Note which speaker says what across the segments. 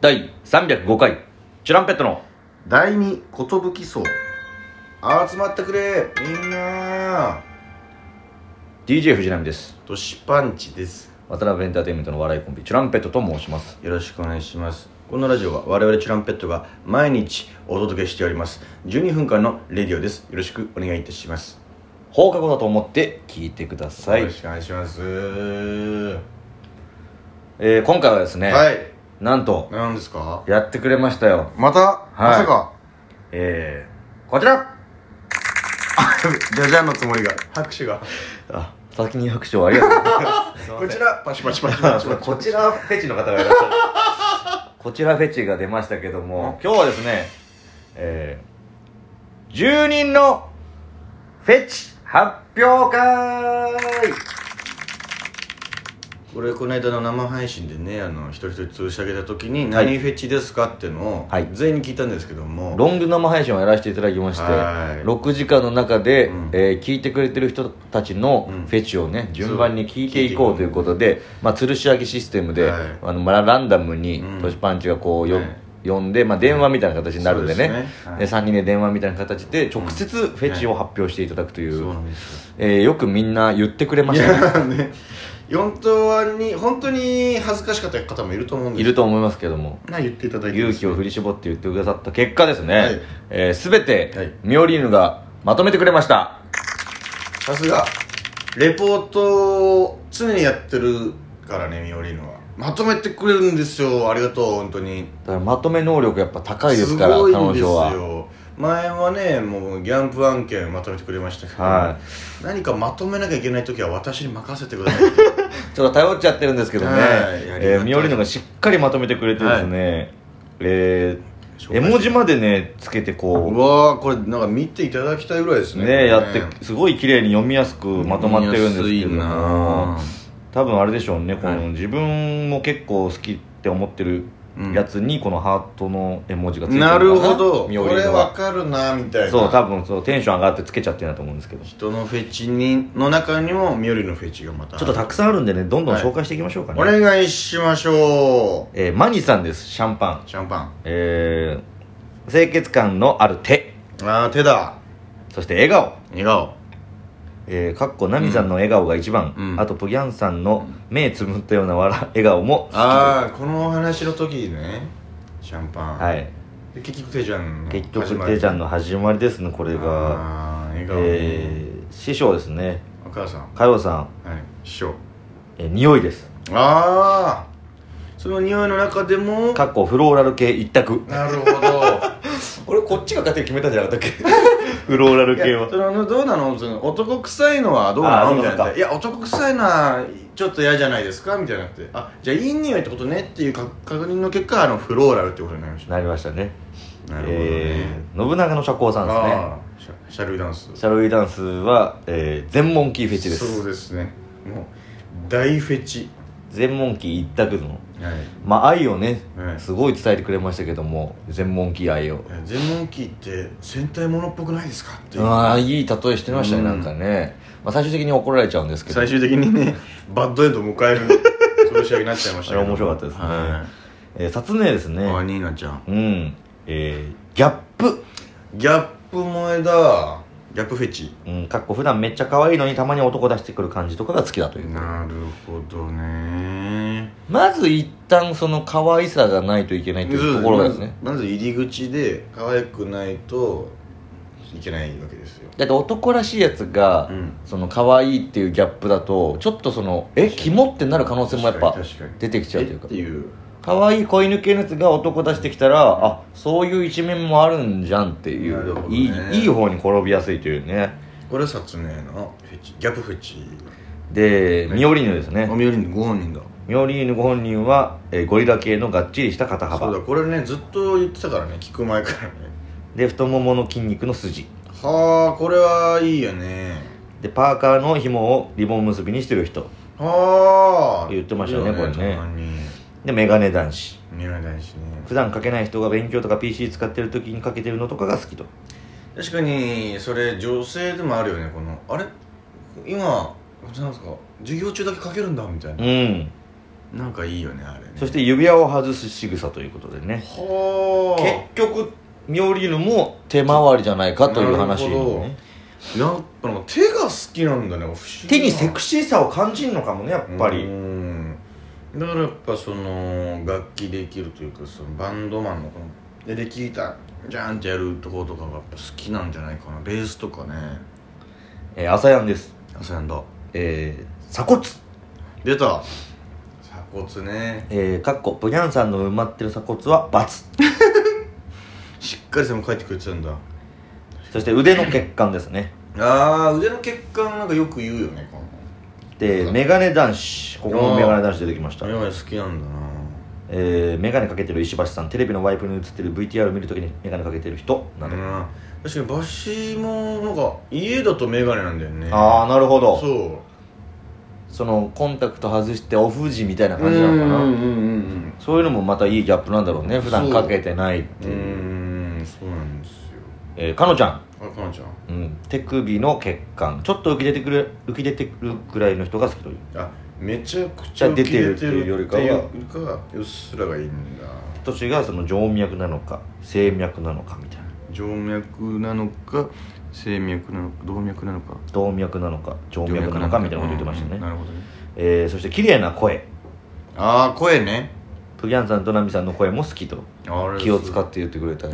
Speaker 1: 第305回チュランペットの
Speaker 2: 第二寿荘集まってくれみんな
Speaker 1: DJ 藤波です
Speaker 2: としパンチです
Speaker 1: 渡辺エンターテインメントの笑いコンビチュランペットと申します
Speaker 2: よろしくお願いしますこのラジオは我々チュランペットが毎日お届けしております12分間のレディオですよろしくお願いいたします
Speaker 1: 放課後だと思って聞いてください、
Speaker 2: よろしくお願いします
Speaker 1: えー今回はですね、
Speaker 2: はい
Speaker 1: なんと
Speaker 2: 何ですか
Speaker 1: やってくれましたよ
Speaker 2: また、まさか
Speaker 1: えー、こちら
Speaker 2: じゃじゃんのつもりが拍手が
Speaker 1: あ先に拍手をありがとうござい
Speaker 2: こちらパシパシパシパシパ
Speaker 1: ます
Speaker 2: シ
Speaker 1: こ ちらフェチの方がいらっしゃるこちらフェチが出ましたけども今日はですねえー、住人のフェチ発表会
Speaker 2: これこの間の生配信でねあの一人一人吊るし上げた時に「何フェチですか?」ってのを
Speaker 1: はい
Speaker 2: 全員に聞いたんですけども、
Speaker 1: ロング生配信をやらせていただきまして
Speaker 2: はい
Speaker 1: 6時間の中で、
Speaker 2: うん
Speaker 1: えー聞いてくれてる人たちの
Speaker 2: うん
Speaker 1: フェチをね、順番に聞いていこうということで、まあ、吊るし上げシステムで、
Speaker 2: はい
Speaker 1: あのまあランダムに
Speaker 2: うん
Speaker 1: トシパンチがこうよ、
Speaker 2: はい
Speaker 1: 呼んで、まあ、電話みたいな形になるんでね,、
Speaker 2: そうで
Speaker 1: です
Speaker 2: ねはい
Speaker 1: 3人で電話みたいな形で直接フェチを発表していただくという、
Speaker 2: そうなんですよ
Speaker 1: えーよくみんな言ってくれま
Speaker 2: い
Speaker 1: したね
Speaker 2: やね本当に本当に恥ずかしかった方もいると思うんです
Speaker 1: いると思いますけども
Speaker 2: な言っていただいて
Speaker 1: 勇気を振り絞って言ってくださった結果ですね、
Speaker 2: はい
Speaker 1: えー全て、
Speaker 2: はい
Speaker 1: ミオリーヌがまとめてくれました
Speaker 2: さすがレポートを常にやってるからねミオリーヌはまとめてくれるんですよありがとう本当に
Speaker 1: だからまとめ能力やっぱ高いですから
Speaker 2: ごいんです
Speaker 1: 彼女は
Speaker 2: よ前はねもうギャンプ案件まとめてくれましたけど、
Speaker 1: は
Speaker 2: 何かまとめなきゃいけない時は私に任せてくださいっていう
Speaker 1: ちょっと頼っちゃってるんですけどね、
Speaker 2: はいありがたい
Speaker 1: えー、ミオリノがしっかりまとめてくれてですね、えー、
Speaker 2: 紹介
Speaker 1: 絵
Speaker 2: して
Speaker 1: 文字までねつけて
Speaker 2: う
Speaker 1: こ
Speaker 2: わーこれなんか見ていただきたいぐらいです
Speaker 1: う
Speaker 2: ね
Speaker 1: ね
Speaker 2: これね
Speaker 1: やってすごい綺麗に読みやすくまとまってるんですけど
Speaker 2: 見やすいな
Speaker 1: も多分あれでしょうねこの、
Speaker 2: はい
Speaker 1: 自分も結構好きって思ってるやつにこのハートの絵文字がついて
Speaker 2: なる
Speaker 1: のか
Speaker 2: ほどこ
Speaker 1: ミオリ
Speaker 2: れ
Speaker 1: ノ
Speaker 2: わ
Speaker 1: は
Speaker 2: かるなみたいな
Speaker 1: そう多分そうテンション上がってつけちゃってるんだと思うんですけどち
Speaker 2: 人のフェチにの中にもミオリのフェチがまた
Speaker 1: ょっとたくさんあるんでねどんどん紹介していきましょうかね、
Speaker 2: お願いしましょ
Speaker 1: えーマニさんですシャンパン
Speaker 2: うシャンパン
Speaker 1: えー清潔感のある手
Speaker 2: あー手だ
Speaker 1: そして笑顔
Speaker 2: 笑顔
Speaker 1: えー、かっこナミさんの笑顔が一番、
Speaker 2: うん
Speaker 1: あとプギャンさんの目つむったような笑笑顔も好きで
Speaker 2: ああこのお話の時ねシャンパン
Speaker 1: はい
Speaker 2: で結局てちゃんの
Speaker 1: 結局
Speaker 2: 始まり
Speaker 1: てちゃんの始まりですねこれが、
Speaker 2: あー笑顔ね、
Speaker 1: えー、師匠ですね
Speaker 2: お母さん
Speaker 1: 佳代さん、
Speaker 2: はい師匠
Speaker 1: えー、匂いです
Speaker 2: ああその匂いの中でも
Speaker 1: かっこフローラル系一択
Speaker 2: なるほ ど
Speaker 1: 俺こっちが勝手に決めたんじゃなかったっけ フローラル
Speaker 2: いやそのどうなのその男臭いのはどう
Speaker 1: あ
Speaker 2: な
Speaker 1: ー
Speaker 2: のみたい
Speaker 1: そうかそう
Speaker 2: な
Speaker 1: か
Speaker 2: いや男臭いのはちょっと嫌じゃないですかみたいなくてあじゃあいい匂いってことねっていうか確認の結果あのフローラルってことになりました
Speaker 1: なりましたね
Speaker 2: なるほどね
Speaker 1: えー、信長の社交さんですね
Speaker 2: あーシャシャルウダンス
Speaker 1: シャロイダンスは、えー、全問キーフェチで
Speaker 2: そう
Speaker 1: す
Speaker 2: ですねもう大フェチ
Speaker 1: 全問キー一択の
Speaker 2: はい
Speaker 1: まあ愛をね、
Speaker 2: はい
Speaker 1: すごい伝えてくれましたけども全問キー愛を
Speaker 2: 全問キーって戦隊ものっぽくないですかっていう
Speaker 1: ああいい例えしてましたね、
Speaker 2: うん
Speaker 1: なんかね、まあ、最終的に怒られちゃうんですけど
Speaker 2: 最終的にね バッドエンドを迎えるそういう試合になっちゃいましたけど
Speaker 1: あれ面白かったですね
Speaker 2: は
Speaker 1: えー、撮影です
Speaker 2: い、あ
Speaker 1: ね
Speaker 2: ニーナちゃん
Speaker 1: うんえー、ギャップ
Speaker 2: ギャップ萌えだギャップフェチ
Speaker 1: うん、かっこ普段めっちゃ可愛いのにたまに男出してくる感じとかが好きだという
Speaker 2: なるほどね
Speaker 1: まず一旦その可愛さがないといけないというところがですね
Speaker 2: まずまず入り口で可愛くないといけないわけですよ
Speaker 1: だって男らしいやつが、
Speaker 2: うん
Speaker 1: その可愛いっていうギャップだとちょっとそのえキモってなる可能性もやっぱ
Speaker 2: 確かに確かに
Speaker 1: 出てきちゃうというか
Speaker 2: っていう
Speaker 1: 可愛い子犬系のやつが男出してきたらあそういう一面もあるんじゃんってい
Speaker 2: なる
Speaker 1: う、
Speaker 2: ほどね
Speaker 1: いいいい方に転びやすいというね
Speaker 2: これ撮影のフェチギャップフェチ
Speaker 1: でミオリーヌです
Speaker 2: あ
Speaker 1: ね
Speaker 2: ミオリンご本人だ
Speaker 1: ミオリーヌご本人は、えーゴリラ系のがっちりした肩
Speaker 2: そう
Speaker 1: 幅
Speaker 2: だこれねずっと言ってたからね聞く前からね
Speaker 1: で太ももの筋肉の筋
Speaker 2: はあこれはいいよね
Speaker 1: でパーカーの紐をリボン結びにしてる人
Speaker 2: はあ
Speaker 1: 言ってましたねこれね
Speaker 2: たまに
Speaker 1: でメガネ男子
Speaker 2: 見られないしね
Speaker 1: 普段かけない人が勉強とか PC 使ってる時にかけてるのとかが好きと
Speaker 2: 確かにそれ女性でもあるよねこのあれ今なんですか授業中だけかけるんだみたいな
Speaker 1: うん
Speaker 2: なんかいいよねあれね
Speaker 1: そして指輪を外す仕草ということでね
Speaker 2: は
Speaker 1: 結局ミオリーヌも手回りじゃないかという話にね
Speaker 2: なるほあやっぱなんか手が好きなんだね不思議な
Speaker 1: 手にセクシーさを感じるのかもねやっぱ
Speaker 2: う
Speaker 1: り
Speaker 2: んだからやっぱその楽器できるというかそのバンドマンのこのでできたジャーンってやるところとかがやっぱ好きなんじゃないかなベースとかね
Speaker 1: えー朝やんです
Speaker 2: あそうやんだ
Speaker 1: えー鎖骨
Speaker 2: 出た鎖骨ね
Speaker 1: えー、かっこブニャンさんの埋まってる鎖骨は×
Speaker 2: しっかりでも書いてくれてたんだ
Speaker 1: そして腕の血管ですね
Speaker 2: あー腕の血管なんかよく言うよねこ
Speaker 1: でメガネ男子ここもメガネ男子出てきました
Speaker 2: のメガネ好きなんだな
Speaker 1: えー、メガネかけてる石橋さんテレビのワイプに映ってる VTR を見るときにメガネかけてる人など、
Speaker 2: うん確かにバシもなんか家だとメガネなんだよね
Speaker 1: ああなるほどそ
Speaker 2: そ
Speaker 1: のコンタクト外してオフ時みたいな
Speaker 2: う
Speaker 1: 感じなのかな
Speaker 2: うんうんうん
Speaker 1: そういうのもまたいいギャップなんだろうね普段
Speaker 2: そう
Speaker 1: かけてないっ
Speaker 2: う
Speaker 1: ていう、
Speaker 2: んうーんそうなんですよ
Speaker 1: えーかのちゃん、
Speaker 2: あかなちゃん
Speaker 1: うん、手首の血管ちょっと浮き出てくる浮き出てくるぐらいの人が好きという
Speaker 2: あめちゃくちゃ
Speaker 1: じゃあ出てるっていうよりかは
Speaker 2: 出てるっていうよりかはうっすらがいいんだ
Speaker 1: 年がその静脈なのか静脈なのかみたいな
Speaker 2: 静脈なのか静脈なのか動脈なのか
Speaker 1: 動脈なのか静脈なのかみたいなこと言ってましたね、
Speaker 2: うんなるほどね
Speaker 1: えーそして綺麗な声
Speaker 2: ああ声ね
Speaker 1: プギャンさんとナミさんの声も好きと
Speaker 2: あれ
Speaker 1: 気を使って言ってくれた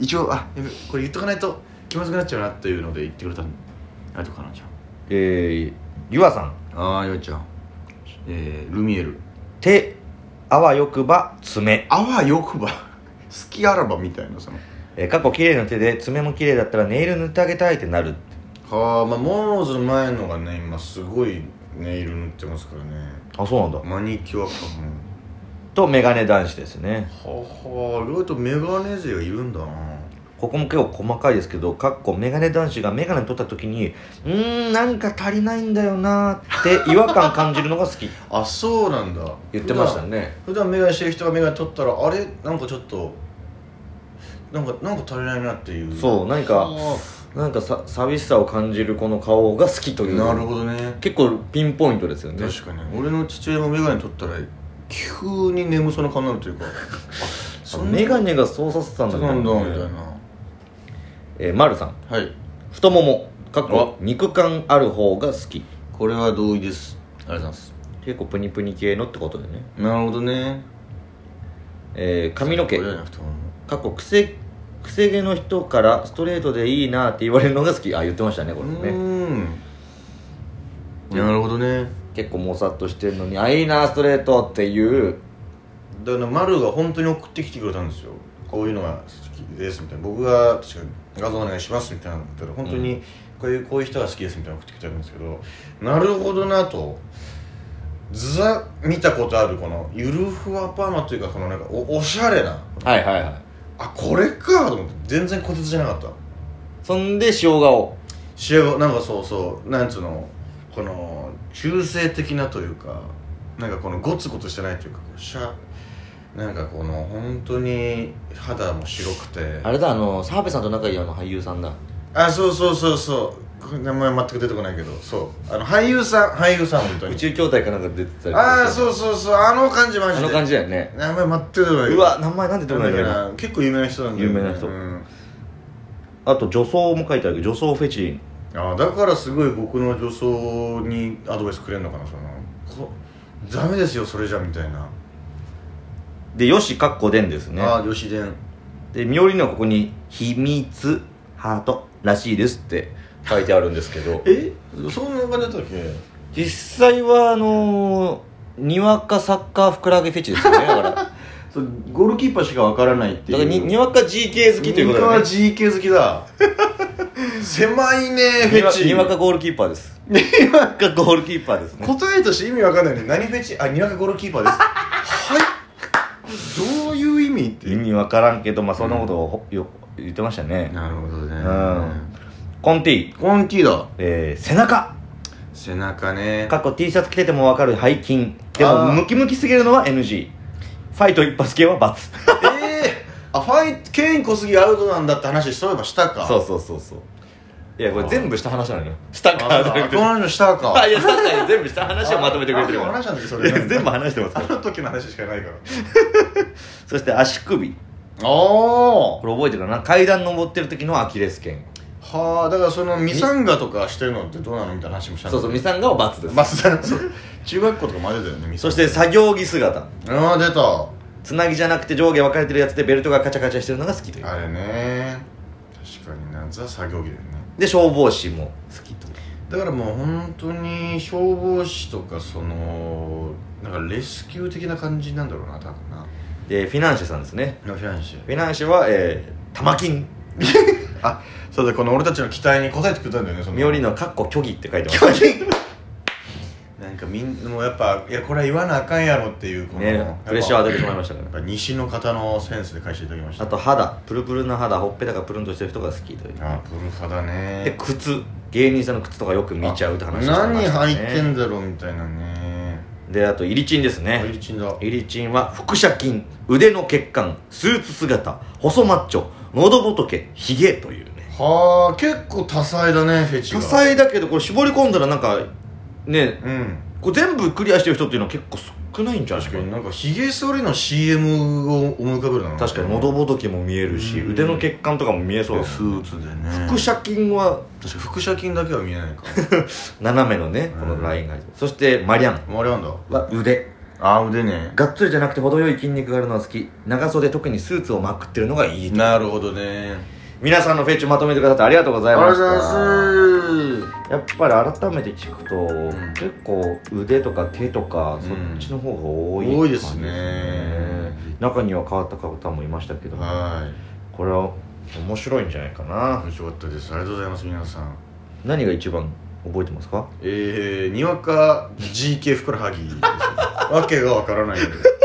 Speaker 2: 一応あやべこれ言っとかないと気まずくなっちゃうなっていうので言ってくれたんあとかなちゃん
Speaker 1: えー、ゆあさん
Speaker 2: ああよいちゃんえー、ルミエル
Speaker 1: 手あわよくば爪
Speaker 2: あわよくば 好きあらばみたいなその
Speaker 1: えー、過去綺麗な手で爪も綺麗だったらネイル塗ってあげたいってなる
Speaker 2: はあまあモーズの前のがね今すごいネイル塗ってますからね
Speaker 1: あそうなんだ
Speaker 2: マニキュアかも
Speaker 1: とメガネ男子ですね
Speaker 2: はは意外とメガネ勢がいるんだな
Speaker 1: ここも結構細かいですけどかっこメガネ男子がメガネ取った時にうーんなんか足りないんだよなーって違 和感感じるのが好き
Speaker 2: あそうなんだ
Speaker 1: 言ってましたね
Speaker 2: 普段普段メガネしてる人がメガネ取ったらあれなんかちょっとなんかなんか足りないなっていう
Speaker 1: そう何か
Speaker 2: は
Speaker 1: なんかさ寂しさを感じるこの顔が好きと
Speaker 2: あ
Speaker 1: いう
Speaker 2: なるほどね
Speaker 1: 結構ピンポイントですよね
Speaker 2: 確かに俺の父親もメガネ取ったら急に眠そうな顔になるという かあ
Speaker 1: あ
Speaker 2: そんな
Speaker 1: メガネがそうさせたんだ
Speaker 2: そうなんだみたい
Speaker 1: ね
Speaker 2: な
Speaker 1: えー、丸さん
Speaker 2: はい
Speaker 1: 太ももかっこ肉感ある方が好き
Speaker 2: これは同意ですありがとうございます
Speaker 1: 結構プニプニ系のってことでね、
Speaker 2: なるほどね
Speaker 1: えー、髪の毛
Speaker 2: これじゃなくても
Speaker 1: 過去癖癖毛の人からストレートでいいなって言われるのが好きあ言ってましたねこ
Speaker 2: う
Speaker 1: れも
Speaker 2: ー
Speaker 1: ね
Speaker 2: んなるほどね
Speaker 1: 結構もさっとしてるのにあいいなストレートっていう
Speaker 2: だから丸が本当に送ってきてくれたんですよこういうのが好きですみたいな僕が確か画像お願いしますみたいなのだったら本当にこういうこういう人が好きですみたいなの送ってきてるんですけどなるほどなとザ見たことあるこのゆるふわパーマというかこのなんかおおしゃれな
Speaker 1: はいはいはい
Speaker 2: あこれかと思って全然こてつじゃなかった
Speaker 1: そんで塩顔
Speaker 2: 仕上がなんかそうそうなんつうのこの中性的なというかなんかこのゴツゴツしてないというかこうシャなんかこの本当に肌も白くて
Speaker 1: あれだあの澤部さんと仲いいあの俳優さんだ
Speaker 2: あそうそうそうそうこれ名前全く出てこないけどそうあの俳優さん俳優さん本当
Speaker 1: 宇
Speaker 2: に
Speaker 1: 宙兄弟かなんか出てたり
Speaker 2: ああ
Speaker 1: う
Speaker 2: そうそうそうあの感じマジ
Speaker 1: あ
Speaker 2: で
Speaker 1: の感じだよね
Speaker 2: 名前全く出てこないう
Speaker 1: わ名前なんで出てこ
Speaker 2: な
Speaker 1: なんい
Speaker 2: だ
Speaker 1: ん
Speaker 2: っけ
Speaker 1: だろう
Speaker 2: な結構有名な人なんだよ、ね、
Speaker 1: 有名な人
Speaker 2: うん
Speaker 1: あと女装も書いてあるけど女装フェチ
Speaker 2: あーだからすごい僕の女装にアドバイスくれるのかなそのこダメですよそれじゃみたいな、
Speaker 1: でよしかっこでんですね
Speaker 2: ああ女子伝
Speaker 1: でみおりのここに「秘密ハートらしいです」って書いてあるんですけど
Speaker 2: えそんな感じだったっけ
Speaker 1: 実際はあのー、にわかサッカーふくらはぎフェチですよね だからだか
Speaker 2: そうゴールキーパーしかわからないっていう
Speaker 1: らににわか GK 好きということ
Speaker 2: に
Speaker 1: だ
Speaker 2: わ
Speaker 1: よ
Speaker 2: か
Speaker 1: ね
Speaker 2: GK 好きだ 狭いねフ
Speaker 1: にわ
Speaker 2: ェチ
Speaker 1: にわかゴールキーパーですにわかゴールキーパーですね
Speaker 2: 答えとして意味わかんないね何フェチあにわかゴールキーパーですはいどういう意味って
Speaker 1: 意味わからんけどまあそんなことをほ、よ言ってましたね
Speaker 2: なるほどね
Speaker 1: うんコンティ、
Speaker 2: コンティだ
Speaker 1: えー、背中
Speaker 2: 背中ね
Speaker 1: かっこ T シャツ着ててもわかる背筋で
Speaker 2: あ
Speaker 1: も
Speaker 2: ー
Speaker 1: ムキムキすぎるのは NG ファイト一発系は×
Speaker 2: ええあファイトケイン小杉アウトなんだって話そういえばしたか
Speaker 1: そうそうそうそう、えいやこれ全部した話なのよした
Speaker 2: あ
Speaker 1: かじゃな
Speaker 2: ー
Speaker 1: く
Speaker 2: こ
Speaker 1: て
Speaker 2: の話のしたか
Speaker 1: あいやしたかに全部した話をまとめてくれてるか
Speaker 2: あ
Speaker 1: ら
Speaker 2: 話なんですよそ
Speaker 1: い
Speaker 2: れ
Speaker 1: や全部話してます
Speaker 2: あ
Speaker 1: から
Speaker 2: の時の話しかないから
Speaker 1: そして足首
Speaker 2: あ
Speaker 1: これ覚えてるかな階段登ってる時のアキレス腱
Speaker 2: あはあだからそのミサンガとかしてるのってどうなのみたいな話もした
Speaker 1: そうそうミ
Speaker 2: ミ
Speaker 1: サンガは罰です
Speaker 2: バスだそう中学校とかまでだよねミサ
Speaker 1: そ
Speaker 2: ン
Speaker 1: して作業着姿
Speaker 2: ガああ出た
Speaker 1: つなぎじゃなくて上下分かれてるやつでベルトがカチャカチャしてるのが好きという
Speaker 2: あれね確かになザ作業着だよね
Speaker 1: で消防士も好きと
Speaker 2: だからもう本当に消防士とかそのなんかレスキュー的な感じなんだろうな多分な
Speaker 1: でフィナンシェさんですね
Speaker 2: フィナンシェ
Speaker 1: フィナンシェはえー玉金
Speaker 2: あそうだこの俺たちの期待に応えてくれたんだよねその
Speaker 1: みおりの「かっこ虚偽」って書いてます
Speaker 2: なんかみんもうやっぱいやこれは言わなあかんやろっていうこの、
Speaker 1: ね
Speaker 2: やっぱ
Speaker 1: プレッシャーを与えてしまいましたか
Speaker 2: やっ
Speaker 1: ら
Speaker 2: ぱ西の方のセンスで返していただきました
Speaker 1: あと肌プルプルな肌ほっぺたがプルンとしてる人が好きという
Speaker 2: あプルファだね
Speaker 1: で靴芸人さんの靴とかよく見ちゃうって話してましたね
Speaker 2: 何入ってんだろうみたいなね
Speaker 1: であとイリチンです
Speaker 2: あ
Speaker 1: ね
Speaker 2: イリチンだ
Speaker 1: イリチンは腹斜筋腕の血管スーツ姿細マッチョ喉仏ひげというね
Speaker 2: はあ結構多彩だねフェチ
Speaker 1: 多
Speaker 2: が
Speaker 1: 彩だけどこれ絞り込んだらなんかね
Speaker 2: うん
Speaker 1: こう全部クリアしてる人っていうのは結構少ないんじゃない
Speaker 2: 確かになんかひげ剃りの CM を思い浮かべるな
Speaker 1: 確かに喉仏も見えるし
Speaker 2: うん
Speaker 1: 腕の血管とかも見えそうだもん
Speaker 2: スーツでね
Speaker 1: 腹斜筋は
Speaker 2: 確かに腹斜筋だけは見えないか
Speaker 1: 斜めのねこのラインがそしてマリアン
Speaker 2: あれなんだ
Speaker 1: は腕
Speaker 2: あ腕ね
Speaker 1: がっつりじゃなくて程よい筋肉があるのは好き長袖特にスーツをまくってるのがいい
Speaker 2: なるほどね
Speaker 1: 皆さんのフェチまとめてくださってありがとうございました
Speaker 2: す
Speaker 1: やっぱり改めて聞くと、
Speaker 2: ん
Speaker 1: 結構腕とか手とかそっちの方が多い、
Speaker 2: うん多いですね
Speaker 1: 中には変わった方もいましたけど
Speaker 2: はい
Speaker 1: これは面白いんじゃないかな
Speaker 2: 面白かったですありがとうございます皆さん
Speaker 1: 何が一番覚えてますか
Speaker 2: えー、にわか GK ふくらはぎですねわけがわからないので